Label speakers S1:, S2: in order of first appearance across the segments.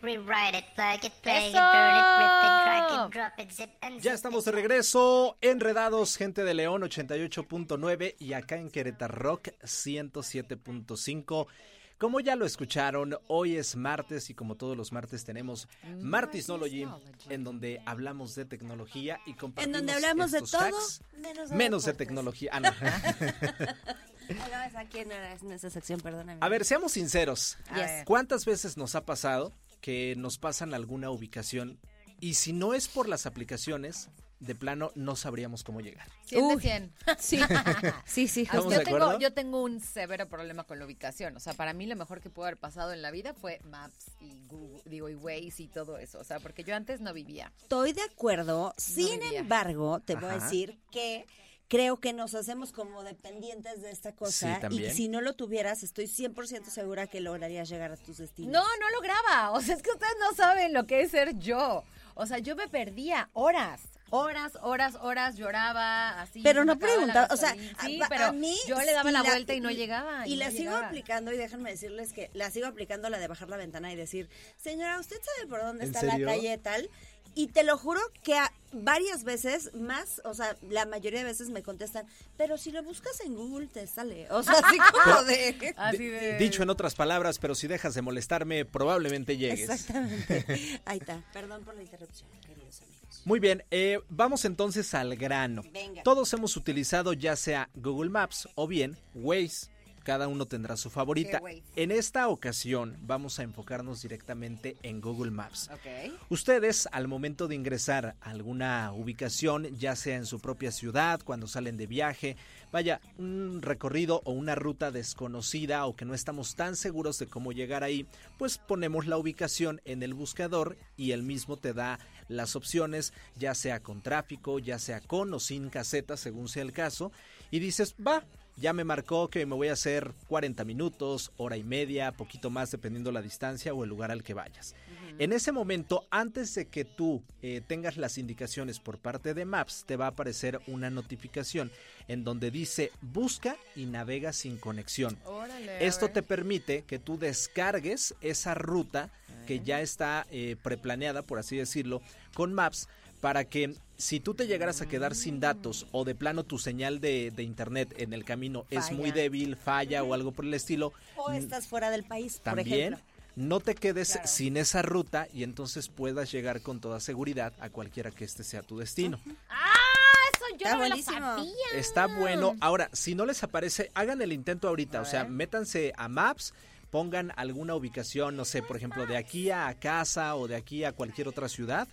S1: Rewrite it, plug it, play it,
S2: ¡Eso!
S1: burn it, rip it, drag it, drop it, zip and
S3: Ya
S1: zip
S3: estamos
S1: it.
S3: de regreso, enredados, gente de León 88.9 y acá en Querétaro Rock 107.5. Como ya lo escucharon, hoy es martes y como todos los martes tenemos Martisnology, en donde hablamos de tecnología y compartimos
S4: En donde hablamos de
S3: estos
S4: todo,
S3: hacks,
S4: menos
S3: menos, de
S4: de deportes.
S3: tecnología. Ah, no.
S4: Hablabas Ah, aquí en, horas en esa sección, perdóname.
S3: A ver, seamos sinceros.
S4: A ver.
S3: ¿Cuántas veces nos ha pasado que nos pasan alguna ubicación y si no es por las aplicaciones, de plano no sabríamos cómo llegar?
S2: 100 de
S4: Uy.
S2: 100.
S4: Sí, sí, sí.
S3: ¿Estamos
S2: yo,
S3: de
S2: tengo,
S3: acuerdo?
S2: yo tengo un severo problema con la ubicación. O sea, para mí lo mejor que pudo haber pasado en la vida fue Maps y Google, digo, y Waze y todo eso. O sea, porque yo antes no vivía.
S4: Estoy de acuerdo, sin
S2: diría.
S4: embargo, te voy a
S3: Ajá.
S4: decir que creo que nos hacemos como dependientes de esta cosa y
S3: también.
S4: si no lo tuvieras, estoy 100% segura que lograrías llegar a tus destinos.
S2: No, no lograba. O sea, es que ustedes no saben lo que es ser yo. O sea, yo me perdía horas. Horas, horas, horas, lloraba, así.
S4: Pero
S2: se
S4: no
S2: me acababa la
S4: preguntaba, o sea,
S2: gasolina. Sí,
S4: a- a-
S2: pero
S4: a mí
S2: yo le daba
S4: sí
S2: la, vuelta y no llegaba.
S4: Y, la
S2: no
S4: sigo
S2: llegaba.
S4: aplicando y déjenme decirles que la sigo aplicando la de bajar la ventana y decir, señora, ¿usted sabe por dónde
S3: ¿En
S4: está
S3: serio?
S4: la calle tal? Y te lo juro que a- varias veces más, o sea, la mayoría de veces me contestan, pero si lo buscas en Google te sale. O sea, así como de...
S2: Así
S3: Di-
S2: de-
S3: Dicho en otras palabras, pero si dejas de molestarme, probablemente llegues.
S4: Exactamente. Ahí está. Perdón por la interrupción, queridos amigos.
S3: Muy bien, eh, vamos entonces al grano.
S4: Venga.
S3: Todos hemos utilizado ya sea Google Maps o bien Waze. Cada uno tendrá su favorita.
S2: Ok, Waze.
S3: En esta ocasión vamos a enfocarnos directamente en Google Maps.
S2: Ok.
S3: Ustedes, al momento de ingresar a alguna ubicación, ya sea en su propia ciudad, cuando salen de viaje, vaya, un recorrido o una ruta desconocida o que no estamos tan seguros de cómo llegar ahí, pues ponemos la ubicación en el buscador y él mismo te da las opciones, ya sea con tráfico, ya sea con o sin caseta, según sea el caso, y dices, va. Ya me marcó que me voy a hacer 40 minutos, hora y media, poquito más dependiendo la distancia o el lugar al que vayas. En ese momento, antes de que tú eh, tengas las indicaciones por parte de Maps, te va a aparecer una notificación en donde dice busca y navega sin conexión.
S2: Órale, a
S3: Esto
S2: ver.
S3: te permite que tú descargues esa ruta que ya está eh, preplaneada, por así decirlo, con Maps para que si tú te llegaras a quedar sin datos o de plano tu señal de, de internet en el camino es muy
S4: Falla.
S3: débil, falla o algo por el estilo,
S4: O estás fuera del país, por
S3: también
S4: ejemplo.
S3: no te quedes
S2: Claro.
S3: sin esa ruta y entonces puedas llegar con toda seguridad a cualquiera que este sea tu destino.
S2: Eso yo
S4: Está
S2: no me lo
S4: buenísimo.
S2: sabía.
S3: Está bueno. Ahora, si no les aparece, hagan el intento ahorita. o sea, métanse a Maps, pongan alguna ubicación, no sé, por ejemplo, de aquí a casa o de aquí a cualquier otra ciudad.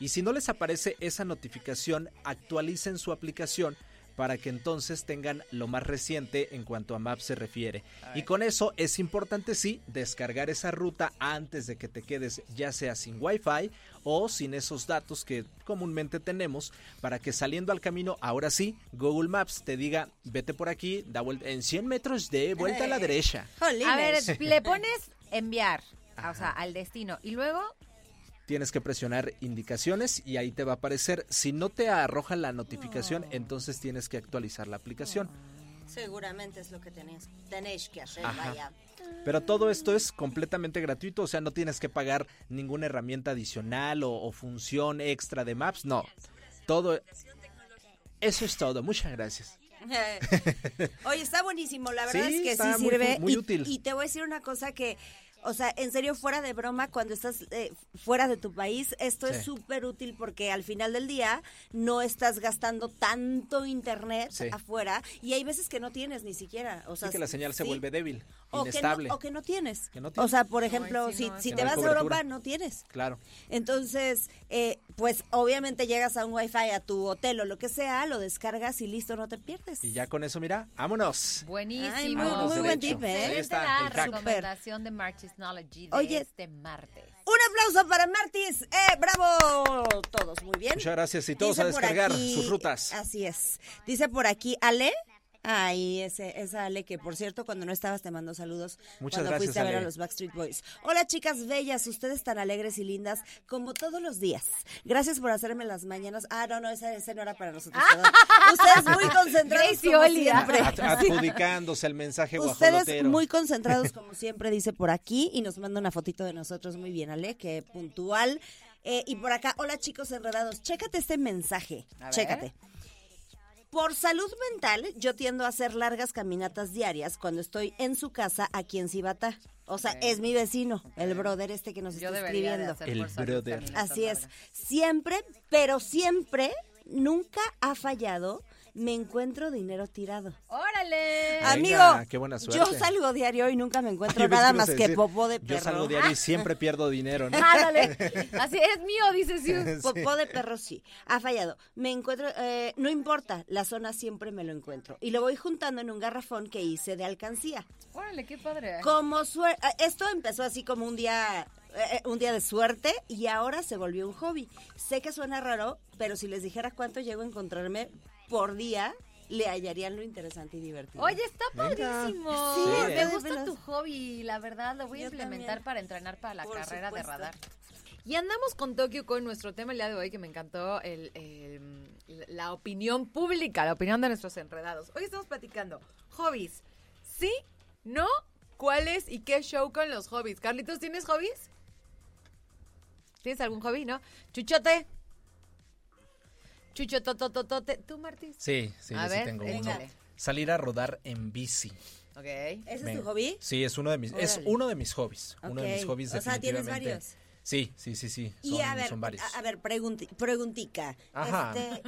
S3: Y si no les aparece esa notificación, actualicen su aplicación para que entonces tengan lo más reciente en cuanto a Maps se refiere. Y con eso es importante, sí, descargar esa ruta antes de que te quedes ya sea sin Wi-Fi o sin esos datos que comúnmente tenemos para que saliendo al camino, ahora sí, Google Maps te diga, vete por aquí, da vuelta, en 100 metros de vuelta a la derecha.
S2: A ver,
S4: Jolines.
S2: le pones enviar, o sea, al destino. Y luego,
S3: Tienes que presionar indicaciones y ahí te va a aparecer. Si no te arroja la notificación, entonces tienes que actualizar la aplicación.
S4: Seguramente es lo que tenéis, tenéis que hacer,
S3: Ajá.
S4: vaya.
S3: Pero todo esto es completamente gratuito, o sea, no tienes que pagar ninguna herramienta adicional o, o función extra de Maps, no. Todo. e-, Eso es todo, muchas gracias.
S4: Oye, está buenísimo, la verdad
S3: Sí,
S4: es que
S3: está
S4: sí
S3: muy-
S4: sirve.
S3: muy
S4: y,
S3: útil.
S4: y te voy a decir una cosa que, o sea, en serio, fuera de broma, cuando estás eh, fuera de tu país, esto es
S3: Sí.
S4: súper útil porque al final del día no estás gastando tanto internet
S3: Sí.
S4: afuera y hay veces que no tienes ni siquiera. O sea,
S3: Así que la señal se
S4: sí.
S3: vuelve débil,
S4: O que, no,
S3: inestable.
S4: o que no tienes.
S3: Que no
S4: O
S3: tienes.
S4: sea, por ejemplo,
S2: Ay, sí,
S4: si,
S2: no,
S4: si
S2: que
S4: te
S3: no hay
S4: vas a
S3: cobertura.
S4: Europa, no tienes.
S3: Claro.
S4: Entonces, eh, pues obviamente llegas a un wifi a tu hotel o lo que sea, lo descargas y listo, no te pierdes.
S3: Y ya con eso, mira, vámonos.
S2: buenísimo.
S4: Ay, muy-
S3: Vámonos
S4: muy buen
S3: derecho.
S4: tip, ¿eh?
S3: Ahí
S2: Excelente
S3: está,
S2: la
S3: el hack.
S2: recomendación de Marchisnology de
S4: Oye.
S2: este martes.
S4: Un aplauso para Martis. ¡Eh, bravo! Todos muy bien.
S3: Muchas gracias y todos
S4: Dice
S3: a
S4: por
S3: descargar
S4: aquí-
S3: sus rutas.
S4: Así es. Dice por aquí Ale. Ay, ese, esa Ale que, por cierto, cuando no estabas te mando saludos.
S5: Muchas
S4: cuando
S5: gracias,
S4: fuiste a ver
S5: Ale.
S4: a los Backstreet Boys. Hola, chicas bellas, ustedes tan alegres y lindas como todos los días. Gracias por hacerme las mañanas. Ah, no, no, ese, ese no era para nosotros. perdón. ustedes muy concentrados
S2: Gracie
S4: como
S2: Olia.
S4: siempre.
S5: Ad- Adjudicándose el mensaje
S4: Ustedes
S5: guajolotero.
S4: muy concentrados, como siempre dice por aquí, y nos manda una fotito de nosotros muy bien, Ale, que puntual. Eh, y por acá, hola chicos enredados, chécate este mensaje,
S2: A ver.
S4: chécate. Por salud mental, yo tiendo a hacer largas caminatas diarias cuando estoy en su casa aquí en Cibatá. O sea,
S2: Ok.
S4: es mi vecino, el brother este que nos
S2: Yo
S4: está
S2: debería de
S4: escribiendo.
S2: hacer
S5: El
S2: por salud
S5: brother.
S2: caminatas
S4: Así es.
S2: largas.
S4: Siempre, pero siempre, nunca ha fallado, me encuentro dinero tirado.
S2: ¡Órale!
S5: Ah,
S4: Amigo,
S5: Venga, qué buena
S4: yo
S5: suerte.
S4: salgo diario y nunca me encuentro
S5: Yo pensé
S4: nada
S5: ibas
S4: más
S5: a
S4: que
S5: decir,
S4: popó de perro.
S5: Yo salgo diario y siempre pierdo dinero, ¿no?
S4: Ah,
S2: Ándale. Así es mío, dice Sue.
S4: Popó de perro sí, ha fallado. Me encuentro, eh, no importa, la zona siempre me lo encuentro. Y lo voy juntando en un garrafón que hice de alcancía.
S2: Órale, qué padre.
S4: Como suer- eh, esto empezó así como un día, eh, eh, un día de suerte y ahora se volvió un hobby. Sé que suena raro, pero si les dijera cuánto llego a encontrarme por día, le hallarían lo interesante y divertido.
S2: Oye, está
S5: Venga.
S2: padrísimo.
S4: Sí,
S5: Sí,
S2: me
S4: ¿eh?
S2: gusta
S4: velas.
S2: tu hobby, la verdad, lo voy a
S4: Yo
S2: implementar
S4: también.
S2: para entrenar para la
S4: Por
S2: carrera de
S4: supuesto.
S2: radar. Y andamos con Tokio con nuestro tema el día de hoy que me encantó, el, el- la opinión pública, la opinión de nuestros enredados. Hoy estamos platicando hobbies, ¿sí? ¿No? ¿Cuáles y qué show con los hobbies? Carlitos, ¿tienes hobbies? ¿Tienes algún hobby, no? Chuchote. Chucho, totototote. ¿Tú, Martín?
S3: Sí, sí,
S2: A
S3: yo
S2: ver,
S3: sí tengo uno.
S2: échale.
S3: Salir a rodar en bici.
S2: Ok.
S4: ¿Ese
S3: Me-
S4: es tu hobby?
S3: Sí, es uno de mis, es
S4: Órale.
S3: uno de mis hobbies. Uno de mis
S4: Ok.
S3: hobbies
S4: O sea, ¿tienes
S3: definitivamente.
S4: varios?
S3: Sí, sí, sí, sí. Son,
S4: Y a ver,
S3: son varios.
S4: a- a ver, pregunti- preguntica.
S3: Ajá.
S4: Este,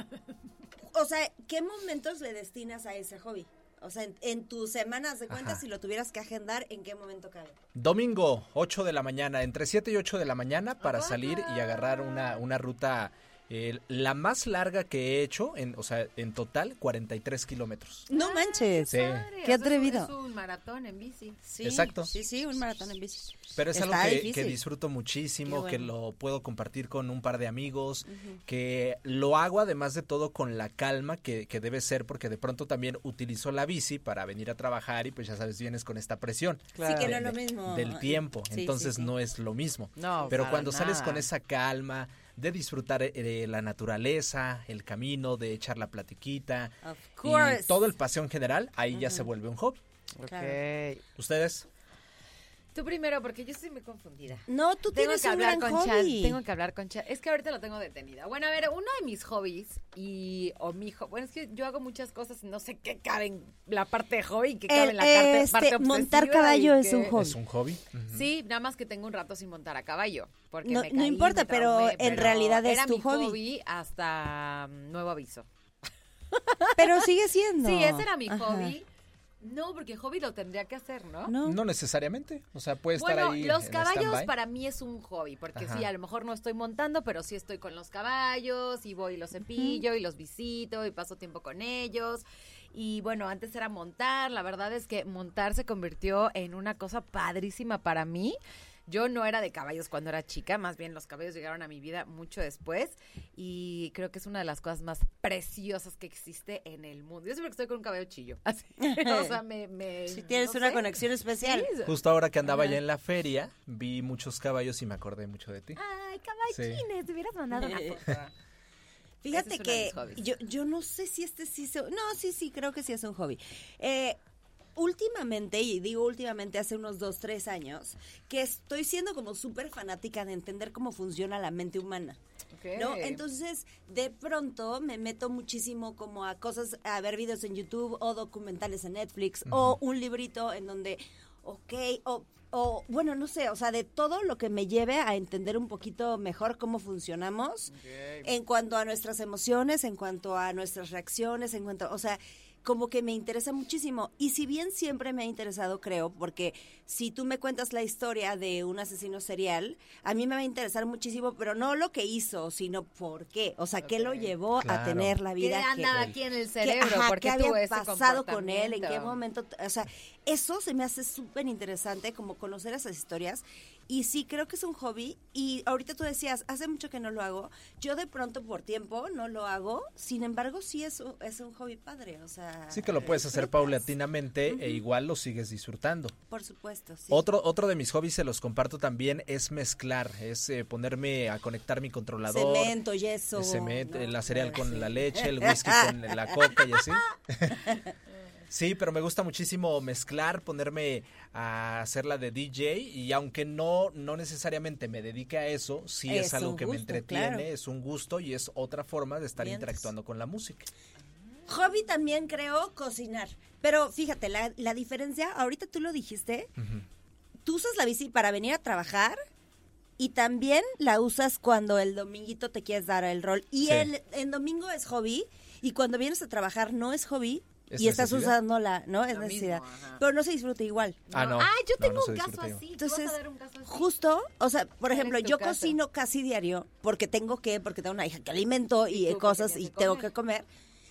S4: o sea, ¿qué momentos le destinas a ese hobby? O sea, en, en tus semanas de cuenta,
S3: Ajá.
S4: si lo tuvieras que agendar, ¿en qué momento cabe?
S3: Domingo, 8 de la mañana, entre 7 y 8 de la mañana para salir y agarrar una, una ruta, eh, la más larga que he hecho, en, o sea, en total 43 kilómetros.
S4: No manches.
S3: Sí.
S2: Padre,
S4: Qué
S2: o sea, es un-
S4: atrevido.
S2: Es un maratón en bici.
S4: Sí,
S3: Exacto.
S4: Sí, sí, un maratón en bici.
S3: Pero es algo
S4: Está
S3: que- que,
S4: difícil.
S3: disfruto muchísimo,
S4: Qué
S3: que lo puedo compartir con un par de amigos, que lo hago además de todo con la calma que, que debe ser, porque de pronto también utilizo la bici para venir a trabajar y pues ya sabes, vienes con esta presión.
S4: Claro. que no
S3: de-
S4: es lo
S3: de-
S4: mismo.
S3: Del tiempo,
S4: Sí, sí,
S3: entonces
S4: sí.
S3: no es lo mismo.
S2: No,
S3: Pero
S2: para
S3: cuando sales
S2: nada.
S3: con esa calma de disfrutar eh, de la naturaleza, el camino, de echar la platiquita
S4: Of
S3: y
S4: course.
S3: todo el paseo en general, ahí ya se vuelve un hobby.
S4: Claro.
S3: ¿Ustedes?
S2: Tú primero, porque yo estoy muy confundida.
S4: No, tú
S2: Tengo
S4: tienes
S2: que hablar
S4: un
S2: con
S4: gran hobby.
S2: Chad. Tengo que hablar con Chad. Es que ahorita lo tengo detenida. Bueno, a ver, uno de mis hobbies y. O mi hobby. Bueno, es que yo hago muchas cosas y no sé qué cabe en la parte de hobby, qué cabe
S4: El,
S2: en la parte,
S4: este,
S2: parte obsesiva
S4: montar
S2: y
S4: caballo es
S2: qué-
S4: un hobby.
S3: ¿Es un hobby?
S2: Sí, nada más que tengo un rato sin montar a caballo. Porque
S4: No-
S2: me
S4: no
S2: caí,
S4: importa,
S2: me traumé,
S4: pero en realidad es
S2: era
S4: tu
S2: mi
S4: hobby.
S2: hasta mm, nuevo aviso.
S4: Pero sigue siendo.
S2: Sí, ese era mi
S4: Ajá.
S2: hobby. No, porque hobby lo tendría que hacer, ¿no?
S4: No.
S3: No necesariamente. O sea, puede estar
S2: Bueno,
S3: ahí.
S2: los
S3: en
S2: caballos
S3: stand-by.
S2: para mí es un hobby, porque sí,
S3: Ajá.
S2: a lo mejor no estoy montando, pero sí estoy con los caballos y voy y los cepillo y los visito y paso tiempo con ellos. Y bueno, antes era montar, la verdad es que montar se convirtió en una cosa padrísima para mí. Yo no era de caballos cuando era chica, más bien los caballos llegaron a mi vida mucho después y creo que es una de las cosas más preciosas que existe en el mundo. Yo siempre que estoy con un caballo chillo, así, o sea, me... me-
S4: Si tienes
S2: no
S4: una
S2: sé.
S4: conexión especial.
S2: Sí,
S3: Justo ahora que andaba ya en la feria, vi muchos caballos y me acordé mucho de ti.
S2: Ay, caballines, te hubieras mandado una foto. Ese
S4: Fíjate
S2: es uno de
S4: que
S2: mis hobbies.
S4: yo, yo no sé si este sí se... No, sí, sí, creo que sí es un hobby. Eh, últimamente, y digo últimamente hace unos dos, tres años, que estoy siendo como súper fanática de entender cómo funciona la mente humana. Eh, ¿No? Entonces, de pronto me meto muchísimo como a cosas, a ver videos en YouTube o documentales en Netflix o un librito en donde, ok, o, o bueno, no sé, o sea, de todo lo que me lleve a entender un poquito mejor cómo funcionamos en cuanto a nuestras emociones, en cuanto a nuestras reacciones, en cuanto, o sea... Como que me interesa muchísimo. Y si bien siempre me ha interesado, creo, porque si tú me cuentas la historia de un asesino serial, a mí me va a interesar muchísimo, pero no lo que hizo, sino por qué. O sea, qué lo llevó a
S3: Claro.
S4: tener
S2: ¿Qué
S4: la vida que,
S2: andaba aquí en el cerebro?
S4: ajá,
S2: ¿Por qué
S4: qué
S2: tuvo
S4: había
S2: ese
S4: pasado con él, en qué
S2: comportamiento?
S4: momento, o sea, eso se me hace súper interesante como conocer esas historias Y sí, creo que es un hobby. Y ahorita tú decías, hace mucho que no lo hago. Yo de pronto por tiempo no lo hago. Sin embargo, sí es, un- es un hobby padre. O sea.
S3: Sí que lo puedes hacer
S4: disfrutas.
S3: paulatinamente e igual lo sigues disfrutando.
S4: Por supuesto. sí.
S3: Otro, otro de mis hobbies, se los comparto también, es mezclar, es eh, ponerme a conectar mi controlador.
S4: Cemento, yeso.
S3: el cemento,
S4: ¿no?
S3: la cereal con
S4: Sí.
S3: la leche, el whisky con la coca y así. Sí, pero me gusta muchísimo mezclar, ponerme a hacer la de DJ y aunque no no necesariamente me dedique a eso, sí es,
S4: Es
S3: algo
S4: un
S3: que me
S4: gusto,
S3: entretiene,
S4: claro.
S3: es un gusto y es otra forma de estar
S4: Vientos.
S3: interactuando con la música.
S4: Hobby también creo cocinar. Pero fíjate, la, la diferencia, ahorita tú lo dijiste, tú usas la bici para venir a trabajar y también la usas cuando el dominguito te quieres dar el rol. Y
S3: Sí.
S4: el, el domingo es hobby y cuando vienes a trabajar no es hobby
S3: Es
S4: y estás
S3: necesidad.
S4: usando la, ¿no? Es
S2: Lo
S4: necesidad.
S2: mismo, ajá.
S4: Pero no se disfruta igual.
S3: Ah, no.
S2: Ah, yo
S3: No,
S2: tengo
S3: no se
S2: un caso
S3: disfruta igual.
S2: así. ¿Tú vas a
S4: Entonces,
S2: dar un caso así?
S4: justo, o sea, por
S2: en
S4: ejemplo,
S2: tu
S4: yo
S2: casa.
S4: cocino casi diario porque tengo que, porque tengo una hija que alimento y,
S2: Y tú,
S4: eh,
S2: porque
S4: cosas y
S2: tienes que
S4: tengo
S2: comer.
S4: que comer.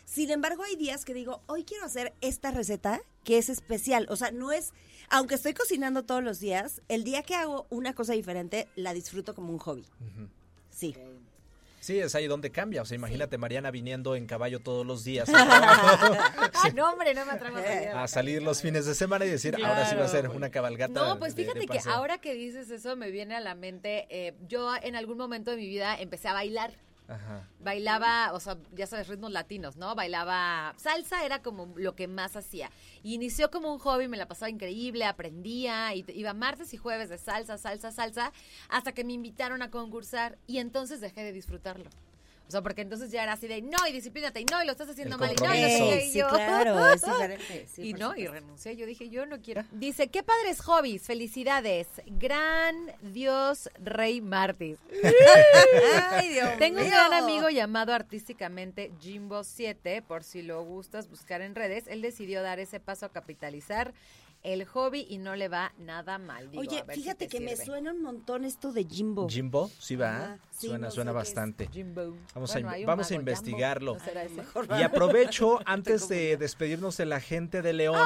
S4: Sin embargo, hay días que digo, hoy quiero hacer esta receta que es especial. O sea, no es, aunque estoy cocinando todos los días, el día que hago una cosa diferente, la disfruto como un hobby. Sí.
S3: Sí, es ahí donde cambia. O sea, imagínate Mariana viniendo en caballo todos los días
S2: Ah, no, hombre, no me atrevo a salir.
S3: a salir los fines de semana y decir, ahora sí va a ser
S2: Claro.
S3: una cabalgata.
S2: No, pues
S3: de- de
S2: fíjate que
S3: paseo".
S2: ahora que dices eso me viene a la mente, eh, yo en algún momento de mi vida empecé a bailar.
S3: Ajá.
S2: Bailaba, o sea, ya sabes, ritmos latinos, ¿no? Bailaba salsa, era como lo que más hacía. Y inició como un hobby, me la pasaba increíble, aprendía, y te- iba martes y jueves de salsa, salsa, salsa, hasta que me invitaron a concursar y entonces dejé de disfrutarlo. O sea, porque entonces ya era así de, no, y disciplínate, y no, y lo estás haciendo mal, y no, y no sé
S3: compromiso.
S2: qué",
S4: Ey,
S2: y
S4: sí,
S2: yo-
S4: claro, es diferente. sí,
S2: y
S4: por
S2: no, y
S4: supuesto.
S2: renuncié. Yo dije, yo no quiero. Dice, qué padres hobbies, felicidades. Gran Dios Rey Martis.
S4: Ay, Dios
S2: Tengo un
S4: mío.
S2: gran amigo llamado artísticamente Jimbo 7, por si lo gustas buscar en redes. Él decidió dar ese paso a capitalizar el hobby y no le va nada mal. Digo,
S4: Oye,
S2: a ver si te
S4: fíjate que me
S2: sirve.
S4: suena un montón esto de Jimbo.
S3: Jimbo, sí va.
S4: Oh. Ajá, sí,
S3: suena,
S4: no sé
S3: suena
S4: qué es.
S3: bastante.
S2: Jimbo.
S3: Vamos a
S2: Bueno,
S3: in-
S2: hay un
S3: vamos a
S2: mago, Jambo.
S3: investigarlo.
S2: ¿No será ese?
S3: Y aprovecho antes de despedirnos de la gente de León.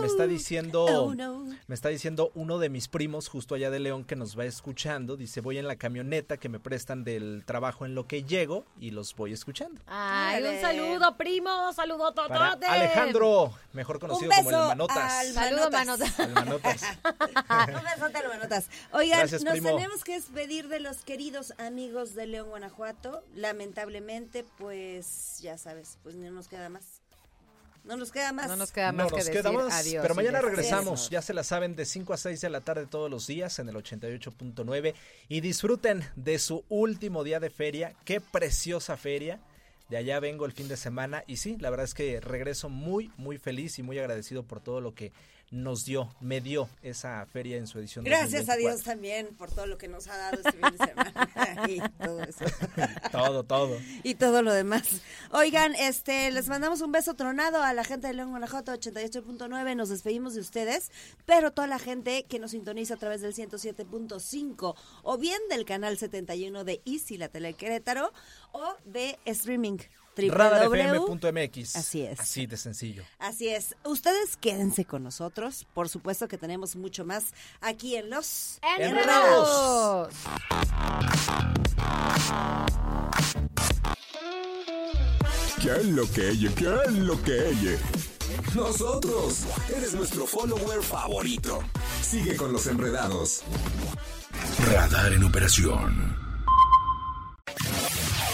S3: Me está diciendo
S4: Oh, no.
S3: me está diciendo uno de mis primos justo allá de León que nos va escuchando, dice, "Voy en la camioneta que me prestan del trabajo en lo que llego y los voy escuchando."
S2: Ay, un
S4: Órale.
S2: saludo, primo. Saludo,
S3: Para
S2: totote.
S3: Alejandro, mejor
S4: Un
S3: conocido como el
S4: beso
S3: Manotas.
S4: al
S2: Saludo, manotas.
S4: Manotas.
S3: El Manotas.
S4: Un besote, lo anotas. Oigan,
S3: Gracias,
S4: nos
S3: primo.
S4: tenemos que despedir de los queridos amigos de León, Guanajuato. Lamentablemente, pues ya sabes, pues no nos queda más. No nos queda más.
S2: No nos queda
S3: No
S2: más que
S3: nos
S2: decir
S3: quedamos,
S2: adiós.
S3: pero
S2: y
S3: mañana
S2: despedirnos.
S3: regresamos. Ya se la saben, de 5 a 6 de la tarde todos los días en el 88.9. Y disfruten de su último día de feria. Qué preciosa feria. De allá vengo el fin de semana. Y sí, la verdad es que regreso muy, muy feliz y muy agradecido por todo lo que nos dio, me dio esa feria en su edición.
S4: Gracias a
S3: 2024.
S4: Dios también por todo lo que nos ha dado este fin de semana y todo eso.
S3: Todo, todo.
S4: Y todo lo demás. Oigan, este, les mandamos un beso tronado a la gente de León Guanajuato 88.9. Nos despedimos de ustedes, pero toda la gente que nos sintoniza a través del 107.5 o bien del canal 71 de Easy, la tele de Querétaro, o de streaming www.
S3: Radarfm.mx.
S4: Así es.
S3: Así de sencillo.
S4: Así es. Ustedes quédense con nosotros. Por supuesto que tenemos mucho más aquí en los
S2: ¡Enredados!
S6: ¿Qué es lo que ella? ¿Qué es lo que ella? Nosotros. Eres nuestro follower favorito. Sigue con los enredados.
S7: Radar en operación.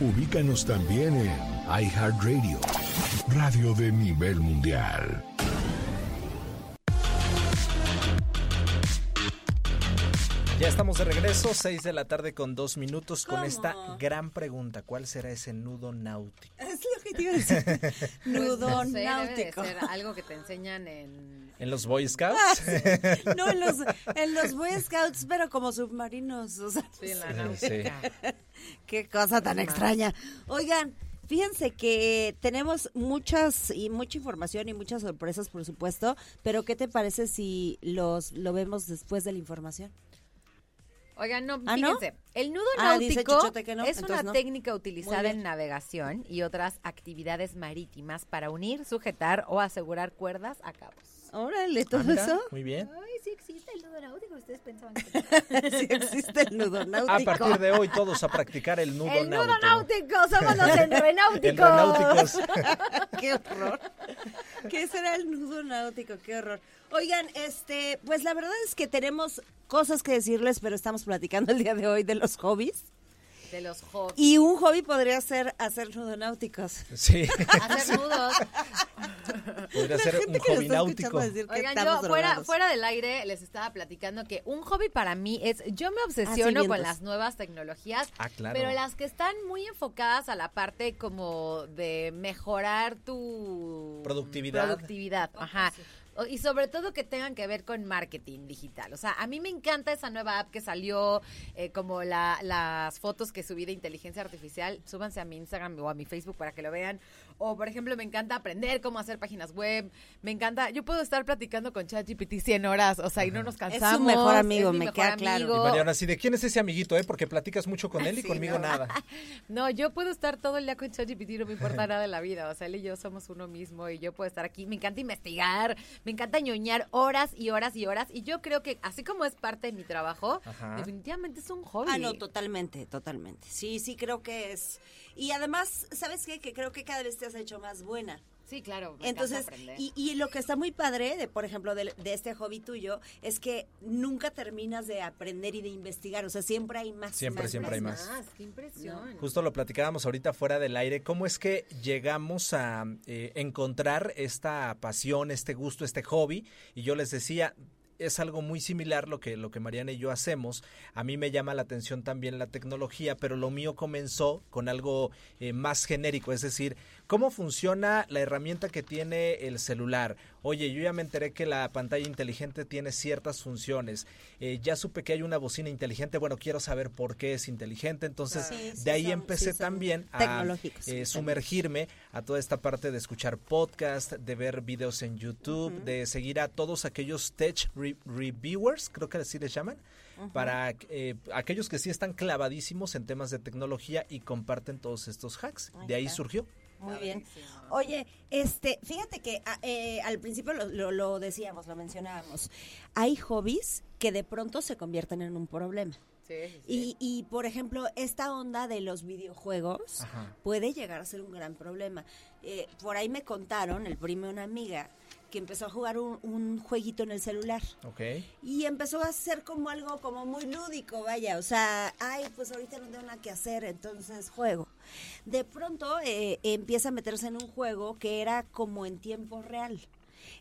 S7: Ubícanos también en iHeartRadio, radio de nivel mundial.
S3: Ya estamos de regreso, 6 de la tarde con 2 minutos, con
S4: ¿Cómo?
S3: esta gran pregunta. ¿Cuál será ese nudo náutico?
S4: Es lo que ¿Qué te iba a decir?
S2: Pues, no
S4: Nudo
S2: sé, debe de
S4: náutico.
S2: ser algo que te enseñan en...
S3: ¿En los Boy Scouts?
S4: No, en los, en los Boy Scouts, pero como submarinos. o sea,
S2: Sí, en la
S3: Eh, Sí,
S4: Ah,
S2: náutica.
S4: Qué cosa tan extraña. Oigan, fíjense que tenemos muchas y mucha información y muchas sorpresas, por supuesto, pero ¿qué te parece si los lo vemos después de la información?
S2: Oigan, no,
S4: ¿Ah, no?
S2: fíjense, el nudo
S4: Ah, dice
S2: náutico
S4: Chichote que no,
S2: es una
S4: entonces no.
S2: técnica
S4: Muy
S2: utilizada
S4: bien.
S2: en navegación y otras actividades marítimas para unir, sujetar o asegurar cuerdas a cabos.
S4: Órale, todo
S3: Ah, mira,
S4: eso.
S3: Muy bien.
S8: Ay, sí existe el nudo náutico, ustedes pensaban que no.
S4: Sí existe el nudo náutico.
S3: A partir de hoy todos a practicar el nudo
S8: El nudo
S3: náutico.
S8: náutico, somos los
S3: El
S8: enrenáuticos.
S3: nudo náuticos.
S4: Qué horror. ¿Qué será el nudo náutico? Qué horror. Oigan, este, pues la verdad es que tenemos cosas que decirles, pero estamos platicando el día de hoy de los hobbies.
S2: De los hobbies.
S4: Y un hobby podría ser hacer nudo náuticos.
S3: Sí,
S2: Hacer nudos.
S3: podría ser un
S4: que nos
S3: hobby
S4: está
S3: náutico.
S4: escuchando decir que
S2: Oigan,
S4: estamos
S2: yo fuera,
S4: drogados.
S2: fuera del aire les estaba platicando que un hobby para mí es, yo me obsesiono con
S4: vientos.
S2: las nuevas tecnologías,
S3: Ah, claro.
S2: pero las que están muy enfocadas a la parte como de mejorar tu
S3: Productividad.
S2: Mm, productividad, ajá. O- Y sobre todo que tengan que ver con marketing digital. O sea, a mí me encanta esa nueva app que salió, eh, como la- las fotos que subí de inteligencia artificial. Súbanse a mi Instagram o a mi Facebook para que lo vean. O, por ejemplo, me encanta aprender cómo hacer páginas web. Me encanta. Yo puedo estar platicando con ChatGPT 100 horas. O sea, y no nos cansamos.
S4: mejor amigo,
S2: mi
S4: me
S2: mejor
S4: queda claro.
S3: Y
S2: amigo.
S3: Mariana, así de quién es ese amiguito, ¿eh? Porque platicas mucho con él y conmigo nada.
S2: No, yo puedo estar todo el día con ChatGPT, no me importa nada de la vida. O sea, él y yo somos uno mismo y yo puedo estar aquí. Me encanta investigar, me encanta ñoñar horas y horas y horas. Y yo creo que, así como es parte de mi trabajo,
S3: Ajá.
S2: definitivamente es un hobby.
S4: Ah, no, totalmente, totalmente. Sí, sí, creo que es. Y además, ¿sabes qué? Que creo que cada vez te has hecho más buena.
S2: sí, claro. me encanta
S4: Entonces,
S2: aprender.
S4: y, y lo que está muy padre, de, por ejemplo, del- de, este hobby tuyo, es que nunca terminas de aprender y de investigar. O sea, siempre hay más.
S3: Siempre,
S4: más,
S3: siempre hay
S4: más.
S3: más.
S2: Qué impresión.
S3: Justo lo platicábamos ahorita fuera del aire, cómo es que llegamos a eh, encontrar esta pasión, este gusto, este hobby. Y yo les decía, es algo muy similar lo que, lo que Mariana y yo hacemos. A mí me llama la atención también la tecnología, pero lo mío comenzó con algo eh, más genérico, es decir, cómo funciona la herramienta que tiene el celular. Oye, yo ya me enteré que la pantalla inteligente tiene ciertas funciones. Eh, ya supe que hay una bocina inteligente. Bueno, quiero saber por qué es inteligente. Entonces,
S4: Sí, sí
S3: de ahí
S4: son-
S3: empecé
S4: sí son
S3: también a
S4: tecnológicos,
S3: eh,
S4: sí,
S3: sumergirme a toda esta parte de escuchar podcast, de ver videos en YouTube, de seguir a todos aquellos tech re- reviewers, creo que así les llaman, para eh, aquellos que sí están clavadísimos en temas de tecnología y comparten todos estos hacks. de ahí surgió.
S4: Muy bien. Oye, este, fíjate que a- eh, al principio lo, lo- lo decíamos, lo mencionábamos. Hay hobbies que de pronto se convierten en un problema.
S2: Sí, sí,
S4: Y, y, por ejemplo, esta onda de los videojuegos
S3: Ajá.
S4: puede llegar a ser un gran problema. Eh, por ahí me contaron, el primo de una amiga, que empezó a jugar un, un jueguito en el celular.
S3: Ok.
S4: Y empezó a ser como algo como muy lúdico, vaya, o sea, ay, pues ahorita no tengo nada que hacer, entonces juego. De pronto eh, empieza a meterse en un juego que era como en tiempo real.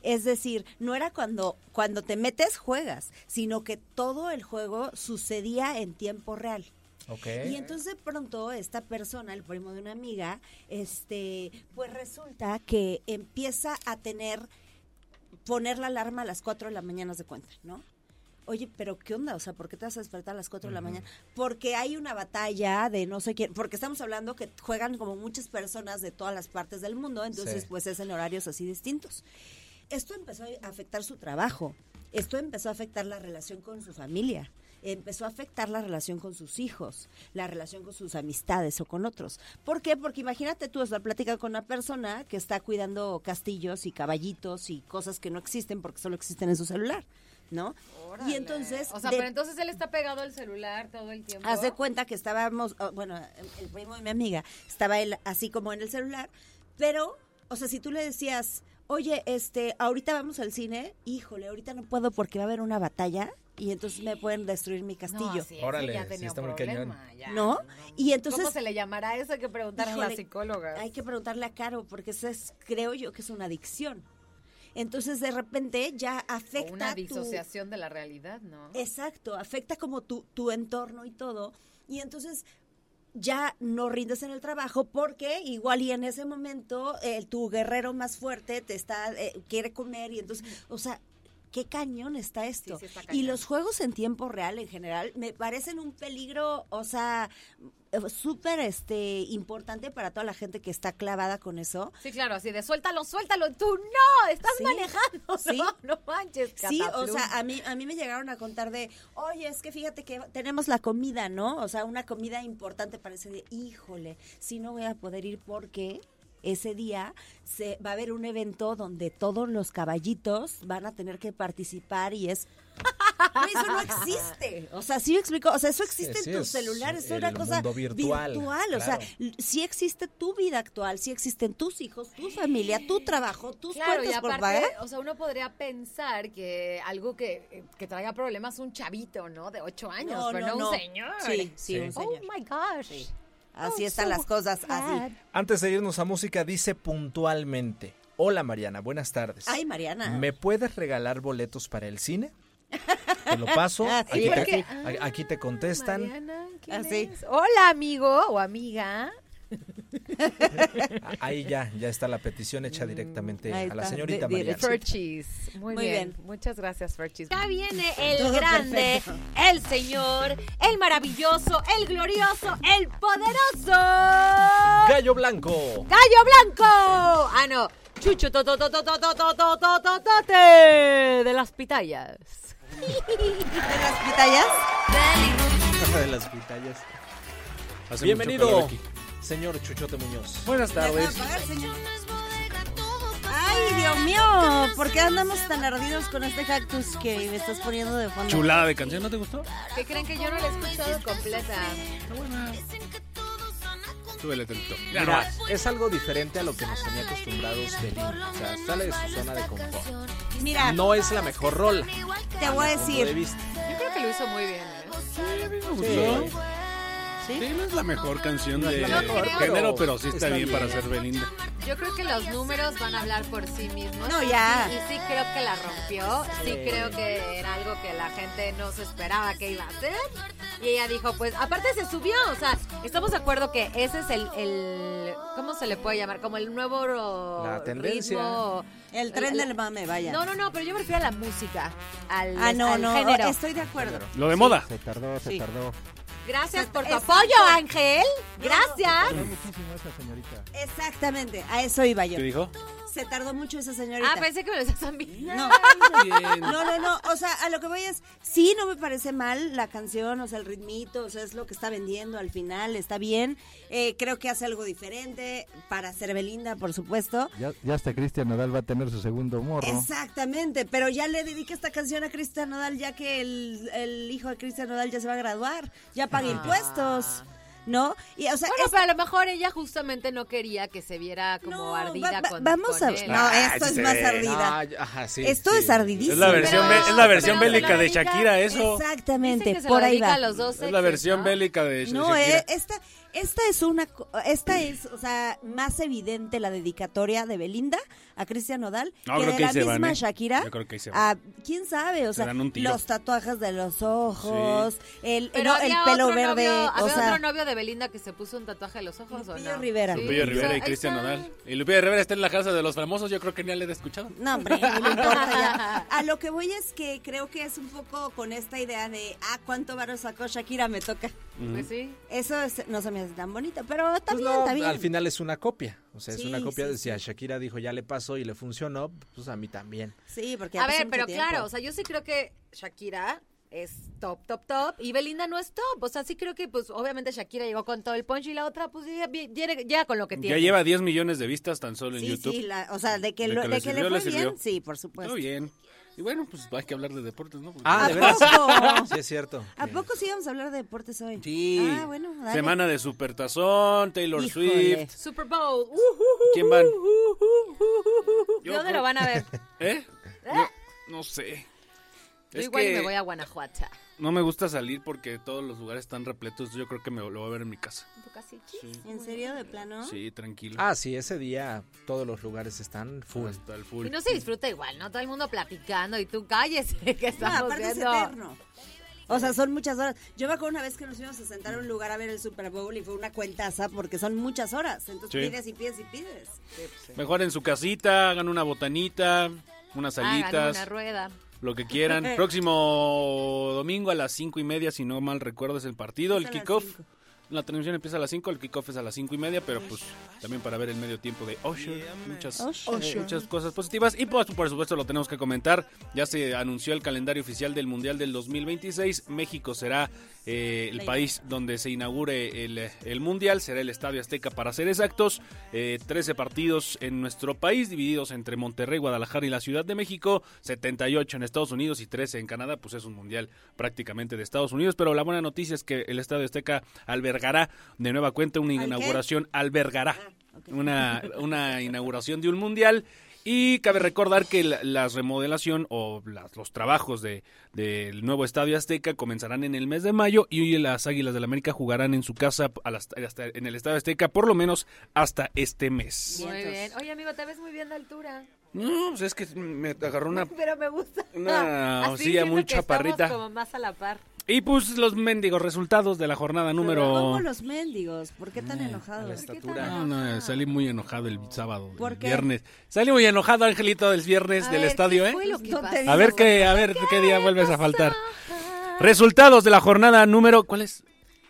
S4: Es decir, no era cuando, cuando te metes juegas, sino que todo el juego sucedía en tiempo real.
S3: Ok.
S4: Y entonces de pronto esta persona, el primo de una amiga, este, pues resulta que empieza a tener poner la alarma a las 4 de la mañana haz de cuenta, ¿no? Oye, pero ¿qué onda? O sea, ¿por qué te vas a despertar a las 4 de la mañana? Porque hay una batalla de no sé quién, porque estamos hablando que juegan como muchas personas de todas las partes del mundo, entonces
S3: Sí.
S4: pues es en horarios así distintos. Esto empezó a afectar su trabajo, esto empezó a afectar la relación con su familia, empezó a afectar la relación con sus hijos, la relación con sus amistades o con otros. ¿Por qué? Porque imagínate tú estar platicando con una persona que está cuidando castillos y caballitos y cosas que no existen porque solo existen en su celular, ¿no?
S2: órale.
S4: Y entonces...
S2: O sea,
S4: de-
S2: pero entonces él está pegado al celular todo el tiempo.
S4: Haz de cuenta que estábamos, oh, bueno, el primo de mi amiga, estaba él así como en el celular, pero, o sea, si tú le decías, oye, este, ahorita vamos al cine, híjole, ahorita no puedo porque va a haber una batalla y entonces me pueden destruir mi castillo.
S2: No, sí, ese
S3: Órale,
S2: ya
S3: sí
S2: tenía
S3: está
S2: un
S3: muy
S2: problema, ya,
S4: ¿No? Y entonces-
S2: ¿Cómo se le llamará eso? Hay que preguntar a la
S4: Híjole,
S2: psicóloga.
S4: Hay que preguntarle a Caro, porque esa es, creo yo, que es una adicción. Entonces, de repente ya
S2: O
S4: afecta
S2: una
S4: tu-
S2: disociación de la realidad, ¿no?
S4: Exacto, afecta como tu, tu entorno y todo. Y entonces ya no rindes en el trabajo porque igual y en ese momento eh, tu guerrero más fuerte te está eh, quiere comer y entonces, o sea, qué cañón está esto.
S2: Sí, sí está
S4: Y
S2: cañón.
S4: los juegos en tiempo real en general me parecen un peligro, o sea, eh, súper este importante para toda la gente que está clavada con eso.
S2: Sí, claro, así de suéltalo, suéltalo. Tú no, estás
S4: Sí,
S2: manejando. No,
S4: sí.
S2: no manches,
S4: Sí, o
S2: cataplum.
S4: sea, a mí, a mí me llegaron a contar de, oye, es que fíjate que tenemos la comida, ¿no? O sea, una comida importante para ese día. Híjole, si no voy a poder ir porque ese día se va a haber un evento donde todos los caballitos van a tener que participar y es... Güey, Eso no existe. O sea, sí me explico. O sea, eso existe
S3: sí,
S4: en tu
S3: es
S4: celular. Es
S3: el
S4: una cosa
S3: mundo virtual,
S4: virtual, O sea,
S3: claro.
S4: l- sí existe tu vida actual, sí existen tus hijos, tu familia, tu trabajo, tus
S2: Claro, y
S4: cuentas por
S2: aparte,
S4: pagar.
S2: o sea, uno podría pensar que algo que, eh, que traiga problemas un chavito, ¿no? De ocho años, pero no, un señor.
S4: Sí, sí,
S3: Sí.
S4: un
S2: Oh
S4: señor.
S2: my gosh.
S4: Así
S2: I'm
S4: están
S2: so
S4: las cosas,
S8: sad.
S4: así.
S3: Antes de irnos a música, dice puntualmente: Hola Mariana, buenas tardes.
S4: Ay, Mariana.
S3: ¿Me puedes regalar boletos para el cine? Te lo paso.
S4: Ah, sí,
S3: Aquí, te,
S2: porque-
S3: a- aquí te contestan.
S2: Ah, Mariana, ¿quién
S4: Así.
S2: es? Hola, amigo o amiga.
S3: Ah, Ahí ya, ya está la petición hecha directamente
S4: Mm, ahí
S3: a la
S4: está,
S3: señorita
S4: de-
S3: Mariana.
S2: Ferchis. Muy,
S4: Muy
S2: bien.
S4: bien.
S2: Muchas gracias, Ferchis. Ya viene el
S4: Todo
S2: grande, el señor, el maravilloso, el glorioso, el poderoso.
S3: Gallo Blanco.
S2: ¡Gallo Blanco! Ah, no. Chucho tototototototototote de las pitayas.
S4: ¿De las pitayas?
S5: de las pitayas. Hace mucho calor
S3: Bienvenido,
S5: aquí.
S3: señor Chuchote Muñoz.
S5: Buenas tardes.
S4: Ay, Dios mío, ¿por qué andamos tan ardidos con este cactus que me estás poniendo de fondo?
S5: Chulada de canción, ¿no te gustó?
S2: ¿Qué creen que yo no la he escuchado completa?
S5: Súbele tantito. Ya
S3: Mira,
S5: nomás.
S3: es algo diferente a lo que nos tenía acostumbrados Belinda. O sea, sale de su zona de confort.
S4: Mira,
S3: No es la mejor rola.
S4: te voy a
S3: punto de
S4: decir,
S3: vista.
S2: Yo creo que lo hizo muy bien. ¿eh?
S5: Sí, a mí me gustó.
S4: ¿Sí?
S5: Sí, no es la mejor canción
S3: No es
S5: de
S3: la mejor, pero
S5: género, pero sí está,
S3: está
S5: bien, para
S3: bien.
S5: ser Belinda.
S2: Yo creo que los números van a hablar por sí mismos.
S4: No, ya.
S2: Y sí creo que la rompió. Sí creo que era algo que la gente no se esperaba que iba a hacer. Y ella dijo, pues, aparte se subió. O sea, estamos de acuerdo que ese es el, el- ¿cómo se le puede llamar? Como el nuevo ro-
S3: La tendencia.
S2: ritmo.
S4: el tren del mame, vaya.
S2: No, no, no, pero yo me refiero a la música, al,
S4: Ah, no,
S2: al
S4: no,
S2: género.
S4: estoy de acuerdo.
S5: Lo de moda.
S3: Se tardó, se
S4: Sí.
S3: tardó.
S2: Gracias por tu
S4: Exacto.
S2: apoyo, Ángel. Gracias.
S4: Exactamente, a eso iba yo.
S5: ¿Qué dijo?
S4: Se tardó mucho esa señorita.
S2: Ah, pensé que me lo decías a mí.
S4: No. No, no, no. O sea, a lo que voy es, sí, no me parece mal la canción, o sea, el ritmito, o sea, es lo que está vendiendo al final, está bien. Eh, creo que hace algo diferente para ser Belinda, por supuesto.
S9: Ya, ya hasta Cristian Nadal va a tener su segundo morro.
S4: Exactamente, pero ya le dediqué esta canción a Cristian Nodal, ya que el, el hijo de Cristian Nodal ya se va a graduar, ya paga impuestos, ¿no? Y, o sea,
S2: Ah. Bueno,
S4: es-
S2: pero a lo mejor ella justamente no quería que se viera como
S4: No,
S2: ardida
S4: va- va-
S2: con
S4: vamos
S2: con
S4: a
S2: él.
S4: ver. No, esto es más ardida. esto es ardidísimo.
S1: Es la versión,
S2: Pero-
S1: bé- es la versión
S2: pero se
S1: bélica
S2: lo
S1: de
S2: dedica-
S1: Shakira,
S5: eso.
S2: Dicen
S4: Exactamente,
S2: que se
S4: por
S2: lo
S4: ahí
S2: dedica
S4: va.
S2: a los dos
S5: Es la versión
S2: bélica.
S5: bélica de Sh-
S4: No,
S5: Shakira.
S4: eh, esta, esta es una, co- esta es, o sea, más evidente la dedicatoria de Belinda a Cristian Nodal
S5: No,
S4: que
S5: creo
S4: de
S5: que
S4: la
S5: ahí se
S4: misma
S5: van, ¿eh?
S4: Shakira.
S5: Yo creo que ahí se
S4: a, quién sabe, o sea,
S5: dan un tiro.
S4: los tatuajes de los ojos, el,
S2: Pero
S4: no, el
S2: había
S4: pelo
S2: otro
S4: verde,
S2: novio,
S4: o
S2: había
S4: sea,
S2: otro novio de Belinda que se puso un tatuaje en los ojos o
S4: Lupillo
S2: no.
S4: Rivera.
S5: Lupillo Rivera
S2: Ahí
S5: y Cristian
S2: está.
S5: Nodal. Y Lupillo Rivera está en la casa de los famosos, yo creo que ni le he escuchado.
S4: No, hombre, ni le importa ya. A lo que voy es que creo que es un poco con esta idea de, ah, ¿cuánto varo sacó Shakira? Me toca.
S2: Pues sí.
S4: Eso es- no se me hace tan bonito, pero está
S3: Pues
S4: bien,
S3: no,
S4: está bien.
S3: al final es una copia. O sea, es
S4: Sí,
S3: una copia
S4: sí,
S3: de si a Shakira dijo ya le pasó y le funcionó, pues a mí también.
S4: Sí, porque ya
S2: A
S4: pasó
S2: ver,
S4: mucho
S2: pero
S4: tiempo.
S2: claro, o sea, yo sí creo que Shakira es top, top, top. Y Belinda no es top. O sea, sí creo que, pues, obviamente Shakira llegó con todo el punch y la otra, pues, ya, ya- ya con lo que tiene.
S10: Ya lleva 10 millones de vistas tan solo en
S4: Sí,
S10: YouTube.
S4: sí, pues. la- o sea, de que,
S10: De
S4: lo-
S10: que
S4: de
S10: le
S4: que
S10: sirvió,
S4: le
S10: le
S4: fue bien,
S10: sirvió.
S4: sí, por supuesto.
S10: Todo bien. Y bueno, pues hay que hablar de deportes, ¿no? Porque-
S3: Ah,
S4: ¿A
S3: de veras.
S4: poco?
S3: Sí, es cierto. Eh,
S4: ¿A poco sí íbamos a hablar de deportes hoy?
S10: Sí.
S4: Ah, bueno, dale.
S10: Semana de Supertazón, Taylor
S4: Híjole.
S10: Swift.
S2: Super Bowl. Uh,
S10: ¿Quién van?
S2: ¿de ¿Dónde lo van a ver?
S10: ¿Eh? No, no sé.
S2: Yo
S10: Es
S2: igual
S10: que
S2: me voy a Guanajuato.
S10: no me gusta salir porque todos los lugares están repletos. Yo creo que me lo voy a ver en mi casa.
S4: ¿En serio, de plano?
S10: Sí, tranquilo.
S3: Ah, sí, ese día todos los lugares están full.
S10: Hasta el
S2: Y
S10: full.
S2: no se disfruta igual, ¿no? Todo el mundo platicando y tú cállese que
S4: No,
S2: estamos
S4: aparte es
S2: viendo.
S4: eterno. O sea, son muchas horas. Yo me acuerdo una vez que nos fuimos a sentar a un lugar a ver el Super Bowl y fue una cuentaza porque son muchas horas. Entonces
S10: Sí.
S4: pides y pides y pides.
S10: Mejor en su casita, hagan una botanita, unas
S2: Hagan
S10: alitas,
S2: una rueda.
S10: lo que quieran. Próximo domingo a las cinco y media, si no mal recuerdo, es el partido, el
S4: Empieza a las
S10: kickoff.
S4: cinco.
S10: La transmisión empieza a las 5, el kickoff es a las cinco y media, pero pues también para ver el medio tiempo de Usher, muchas, eh, muchas cosas positivas. Y pues, por supuesto lo tenemos que comentar, ya se anunció el calendario oficial del Mundial del 2026, México será eh, el país donde se inaugure el, el Mundial, será el Estadio Azteca para ser exactos, eh, 13 partidos en nuestro país, divididos entre Monterrey, Guadalajara y la Ciudad de México, 78 en Estados Unidos y 13 en Canadá, pues es un Mundial prácticamente de Estados Unidos, pero la buena noticia es que el Estadio Azteca albergará de nueva cuenta una
S4: qué? Ah,
S10: inauguración, albergará
S4: ok.
S10: una, una inauguración de un Mundial. Y cabe recordar que la, las remodelación o las- los trabajos de, del nuevo Estadio Azteca comenzarán en el mes de mayo y hoy las Águilas del América jugarán en su casa a las- hasta- en el Estadio Azteca por lo menos hasta este mes.
S2: Muy
S4: Vientos.
S2: bien. Oye, amigo, te ves muy bien de altura.
S10: No, pues es que me agarró una...
S2: Pero me gusta.
S10: Una
S2: Así
S10: silla
S2: siento
S10: muy
S2: que estamos
S10: chaparrita.
S2: como más a la par.
S10: Y pues los mendigos resultados de la jornada
S4: ¿Cómo
S10: número... Eh,
S4: los mendigos? ¿Por qué tan enojados?
S10: No, no, salí muy enojado el sábado,
S4: ¿Por
S10: el
S4: qué?
S10: viernes. Salí muy enojado, Angelito, del viernes
S2: A
S10: del
S2: ver,
S10: estadio,
S2: ¿qué
S10: ¿eh?
S2: fue lo que
S4: No
S2: pasó?
S4: te
S10: A ver qué, a ver qué día vuelves a faltar. Resultados de la jornada número, ¿cuál es?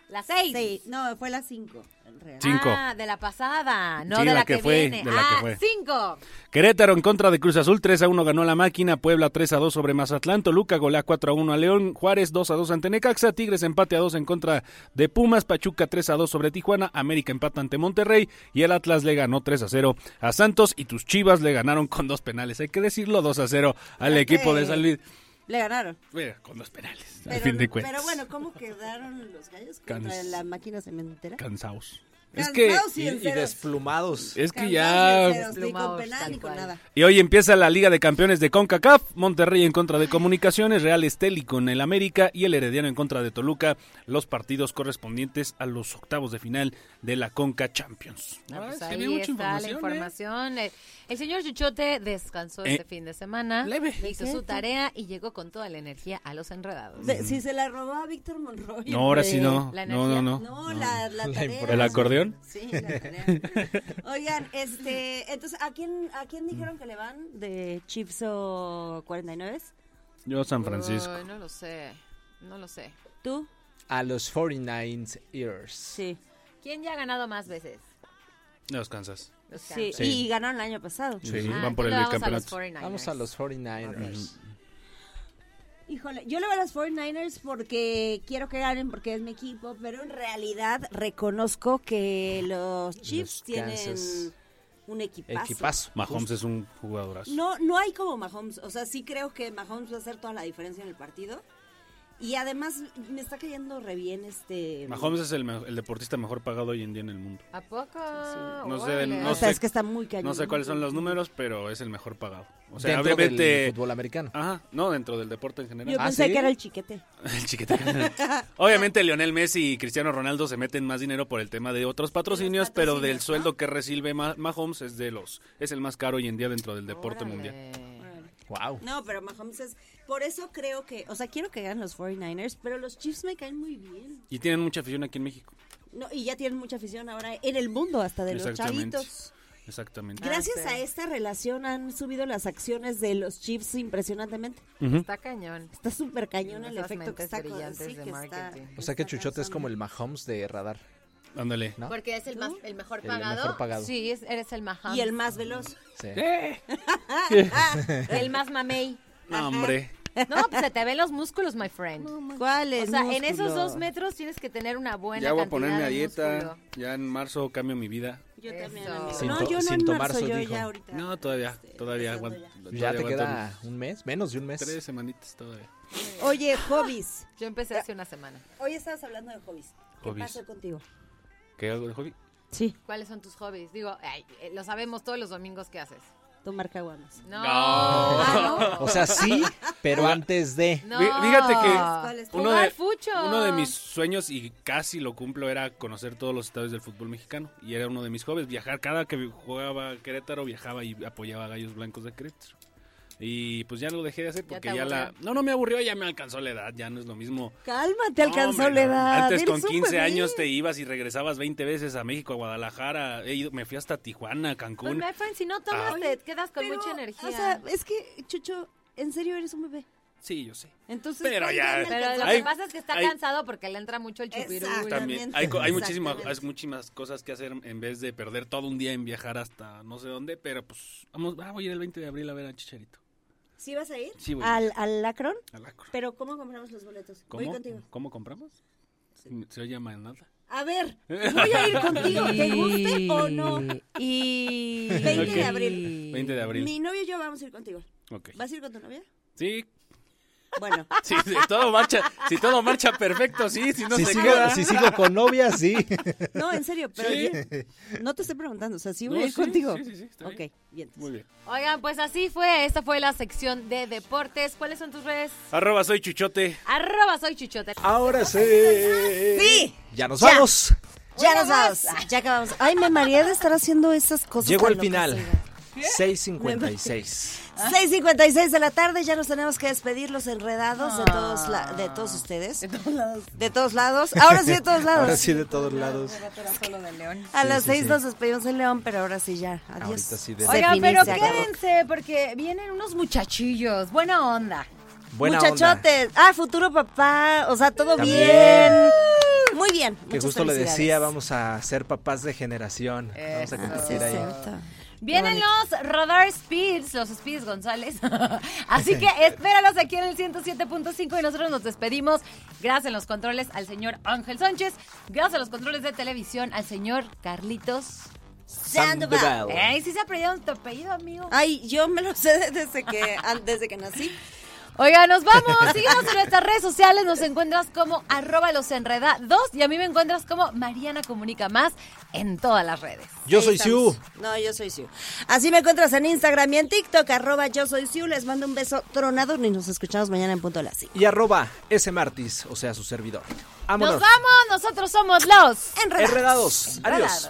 S2: La seis.
S4: Sí, no, fue las 5. en realidad.
S10: Cinco.
S2: Ah, de la pasada, no
S10: Sí,
S2: de
S10: la
S2: la,
S10: que
S2: que,
S10: fue,
S2: viene.
S10: de la
S2: ah,
S10: que fue.
S2: cinco.
S10: Querétaro en contra de Cruz Azul, 3 a 1 ganó la máquina, Puebla 3 a 2 sobre Mazatlán, Toluca golea 4 a 1 a León, Juárez 2 a 2 ante Necaxa, Tigres empate a 2 en contra de Pumas, Pachuca 3 a 2 sobre Tijuana, América empata ante Monterrey y el Atlas le ganó 3 a 0 a Santos y tus Chivas le ganaron con dos penales, hay que decirlo 2 a 0 al equipo de San Luis.
S4: Le ganaron.
S10: Mira, con dos penales, al
S4: Pero,
S10: fin de cuentas.
S4: pero bueno, ¿cómo quedaron los gallos contra
S10: Cans-
S4: la máquina cementera?
S10: cansados. Es que
S4: Cansados y
S3: Y, y
S4: enceros.
S3: desplumados.
S10: es que
S4: Cansados y
S10: ya
S4: enceros, Ni con
S2: Desplumados,
S4: penal
S2: tal
S4: ni con
S2: cual.
S4: nada.
S10: Y hoy empieza la Liga de Campeones de CONCACAF, Monterrey en contra de Comunicaciones, Real Estelí con el América y el Herediano en contra de Toluca, los partidos correspondientes a los octavos de final de la CONCA Champions.
S2: Ah, pues
S10: Ah, es que
S2: ahí
S10: había mucha
S2: está la
S10: información, ¿eh?
S2: información. Eh, El señor Chuchote descansó
S10: Eh,
S2: este fin de semana,
S10: leve.
S2: hizo su tarea y llegó con toda la energía a los enredados.
S4: De- Si se la robó a Víctor Monroy.
S10: Mm. No, ahora sí
S4: hombre.
S10: no.
S2: La
S10: No, no,
S2: energía.
S10: no.
S4: No, la, la tarea.
S10: ¿El acordeón?
S4: Sí, la tarea. Oigan, este, entonces, ¿a quién, ¿a
S10: Mm.
S4: quién dijeron que le van de Chips o 49?
S10: Yo San Francisco.
S2: Ay, no lo sé, no lo sé.
S4: ¿Tú?
S3: A los 49 Ears.
S4: Sí.
S2: ¿Quién ya ha ganado más veces?
S10: Los Kansas.
S2: Los
S4: Sí,
S2: Kansas.
S4: y ganaron el año pasado.
S10: Sí,
S2: Ah,
S10: van por el
S2: entonces vamos a los
S10: bicampeonato.
S2: 49ers.
S3: Vamos a los 49ers.
S10: Ah, pues,
S4: Híjole, yo le voy a los 49ers porque quiero que ganen porque es mi equipo, pero en realidad reconozco que los Chiefs
S3: Los
S4: tienen
S3: Kansas.
S4: un equipazo.
S3: Equipazo.
S10: Mahomes es un jugadorazo.
S4: No, no hay como Mahomes. O sea, sí creo que Mahomes va a hacer toda la diferencia en el partido. Y además me está cayendo re bien este.
S10: Mahomes es el, me- el deportista mejor pagado hoy en día en el mundo.
S2: ¿A poco?
S10: No sé,
S2: Órale.
S10: no
S4: o sea,
S10: sé.
S4: es que está muy cañón.
S10: No sé cuáles son los números, pero es el mejor pagado. O sea,
S3: Dentro del
S10: obviamente... ah,
S3: fútbol americano.
S10: Ajá, no, dentro del deporte en general.
S4: Yo
S3: ¿Ah,
S4: pensé
S3: sí?
S4: que era el chiquete.
S10: El chiquete. Obviamente Lionel Messi y Cristiano Ronaldo se meten más dinero por el tema de otros patrocinios, pero del sueldo que recibe Ma- Mahomes es de los es el más caro hoy en día dentro del deporte
S2: Órale.
S10: mundial.
S3: Wow.
S4: No, pero Mahomes es. Por eso creo que. O sea, quiero que ganen los 49ers, pero los Chiefs me caen muy bien.
S10: Y tienen mucha afición aquí en México.
S4: No, y ya tienen mucha afición ahora en el mundo, hasta de los
S10: Exactamente.
S4: chavitos.
S2: Ah,
S10: Exactamente.
S4: Gracias
S2: sí.
S4: a esta relación han subido las acciones de los Chiefs impresionantemente.
S2: Está cañón.
S4: Está súper cañón el
S2: Esas
S4: efecto que
S2: mentes
S4: está. co-
S2: brillantes
S4: sí,
S2: de
S4: que está-
S2: marketing.
S3: O sea que Chuchote es como el Mahomes de radar.
S10: Ándale.
S3: ¿No?
S2: Porque es el, más, el mejor
S3: El
S2: pagado.
S3: mejor pagado.
S2: Sí, es- eres el Mahomes.
S4: Y el más veloz. Ah,
S3: Sí.
S2: el más mamey.
S10: No, hombre.
S2: No, pues se te ven los músculos, my friend.
S4: ¿Cuál
S2: O
S4: es?
S2: sea, en esos dos metros tienes que tener una buena
S10: Ya voy a
S2: cantidad
S10: ponerme
S2: de
S10: a dieta.
S2: músculo.
S10: Ya en marzo cambio mi vida.
S4: Yo
S2: Eso.
S4: también. amigo.
S3: Sin
S4: no,
S3: to-
S4: yo no
S3: sin
S4: en
S3: tomar
S4: marzo,
S3: su
S4: yo
S3: dijo.
S4: ya ahorita.
S10: No, todavía,
S4: este,
S10: todavía
S4: empezando
S10: aguanto.
S3: Ya te
S10: todavía
S3: queda
S10: aguanto
S3: un mes, menos de un
S10: mis Tres
S3: mes.
S10: semanitas todavía.
S4: ya. Oye, hobbies.
S2: Yo empecé hace una semana.
S4: Hoy estabas hablando de hobbies. ¿Qué
S10: Hobbies.
S4: pasó contigo?
S10: ¿Qué hago de hobby?
S4: Sí,
S2: ¿Cuáles son tus hobbies? Digo, ay, eh, lo sabemos todos los domingos que haces.
S4: tomar caguamas.
S2: No.
S4: Ah,
S3: O sea, sí, pero antes de.
S2: No.
S10: Fí- Fíjate
S4: ¿Cuál
S10: que
S4: es?
S10: uno
S2: Jugar
S10: de,
S2: fucho.
S10: uno de mis sueños y casi lo cumplo era conocer todos los estadios del fútbol mexicano. Y era uno de mis hobbies, viajar. Cada que jugaba a Querétaro viajaba y apoyaba a Gallos Blancos de Querétaro. Y pues ya lo dejé de hacer
S2: Ya te
S10: porque ya, la...
S2: aburrió.
S10: No, no me aburrió, ya me alcanzó la edad, ya no es lo mismo.
S4: Cálmate, alcanzó la
S10: No, hombre, no.
S4: edad.
S10: Antes
S4: eres
S10: con
S4: un
S10: 15
S4: bebé.
S10: años te ibas y regresabas 20 veces a México, a Guadalajara. He ido- me fui hasta Tijuana,
S2: Pues,
S10: Cancún.
S2: my friend, si no tomas,
S10: Ah.
S2: te quedas con
S4: Pero,
S2: mucha energía.
S4: O sea, es que, Chucho, en serio eres un bebé.
S10: Sí, yo sé.
S4: Entonces,
S10: Pero
S4: pues,
S10: ya-
S4: le
S2: pero lo
S4: alcanzó.
S10: Ay,
S2: que pasa es que está
S10: ay.
S2: cansado porque le entra mucho el chupirú.
S4: Exacto.
S10: También
S4: Obviamente.
S10: hay, co- hay muchísimas,
S4: Exactamente.
S10: hay muchísimas cosas que hacer en vez de perder todo un día en viajar hasta no sé dónde, pero pues vamos, ah, voy a ir el 20 de abril a ver a Chicharito.
S4: ¿Sí vas a ir?
S10: Sí, voy.
S4: Al, al Lacron,
S10: Al Acro.
S4: pero ¿cómo compramos los boletos? Voy
S10: ¿Cómo?
S4: contigo.
S10: ¿Cómo compramos? Se oye más nada.
S4: A ver, voy a ir contigo, ¿te guste o no?
S2: Y...
S4: 20
S10: Ok.
S4: de abril.
S10: 20 de abril.
S4: Mi novio y yo vamos a ir contigo.
S10: Ok.
S4: ¿Vas a ir con tu novia?
S10: Sí,
S4: Bueno,
S10: sí, sí, todo marcha, si todo marcha perfecto, sí, si no
S3: si,
S10: se
S3: sigo,
S10: queda.
S3: si sigo con novia, sí.
S4: no, en serio, pero
S10: Sí.
S4: yo- no te estoy preguntando, o sea, sí voy
S10: No,
S4: a ir
S10: sí,
S4: contigo.
S10: sí, sí, sí, está
S4: ok,
S10: bien.
S4: y entonces.
S10: Muy bien.
S2: Oigan, pues así fue. Esta fue la sección de deportes. ¿Cuáles son tus redes?
S10: Arroba soy Chuchote.
S2: Arroba soy Chuchote.
S3: Ahora sí.
S4: Sí,
S3: Ya nos
S4: Ya.
S3: vamos.
S4: ya nos vamos, ah, ya acabamos. Ay, me mareé de estar haciendo esas cosas.
S3: Llegó
S4: tan
S3: al
S4: locas,
S3: final.
S4: oiga.
S3: 6.56.
S4: 6.56 de la tarde, ya nos tenemos que despedir los enredados de, todos la- de todos ustedes. De todos lados. Ahora sí, de todos lados.
S3: Ahora sí, de todos lados.
S4: A
S3: Sí,
S4: las
S3: sí,
S4: 6
S3: sí.
S4: nos despedimos en León, pero ahora sí ya. Adiós.
S3: Ahorita sí de-
S4: Se
S2: Oigan,
S4: finí,
S2: pero
S4: se acabó.
S2: quédense porque vienen unos muchachillos. Buena onda.
S3: Buena onda.
S4: Muchachotes. Ah, futuro papá. O sea, todo
S3: También.
S4: bien. Muy bien.
S3: Que
S4: muchas
S3: justo le
S4: felicidades.
S3: decía, vamos a ser papás de generación. Vamos a
S4: Sí,
S3: compartir
S4: es
S3: ahí.
S4: cierto.
S2: Vienen los Radar Speeds, los Speeds González. Así que espéralos aquí en el 107.5 y nosotros nos despedimos. Gracias en los controles al señor Ángel Sánchez. Gracias a los controles de televisión al señor Carlitos.
S4: Sandoval.
S2: Ay, sí se aprendieron tu apellido, amigo.
S4: Ay, yo me lo sé desde que, an- desde que nací.
S2: Oiga, nos vamos. Síguenos en nuestras redes sociales. Nos encuentras como arroba los enredados y a mí me encuentras como Mariana Comunica Más en todas las redes.
S3: Yo
S4: Ahí
S3: soy
S4: estamos.
S3: Siu.
S4: No, yo soy Siu. Así me encuentras en Instagram y en TikTok, arroba yo soy Siu. Les mando un beso tronado y nos escuchamos mañana en Punto Lassi.
S3: Y arroba S. Martis, o sea, su servidor.
S2: Nos
S3: Vámonos.
S2: vamos. Nosotros somos los
S3: Enredados. Adiós.
S2: Enredados.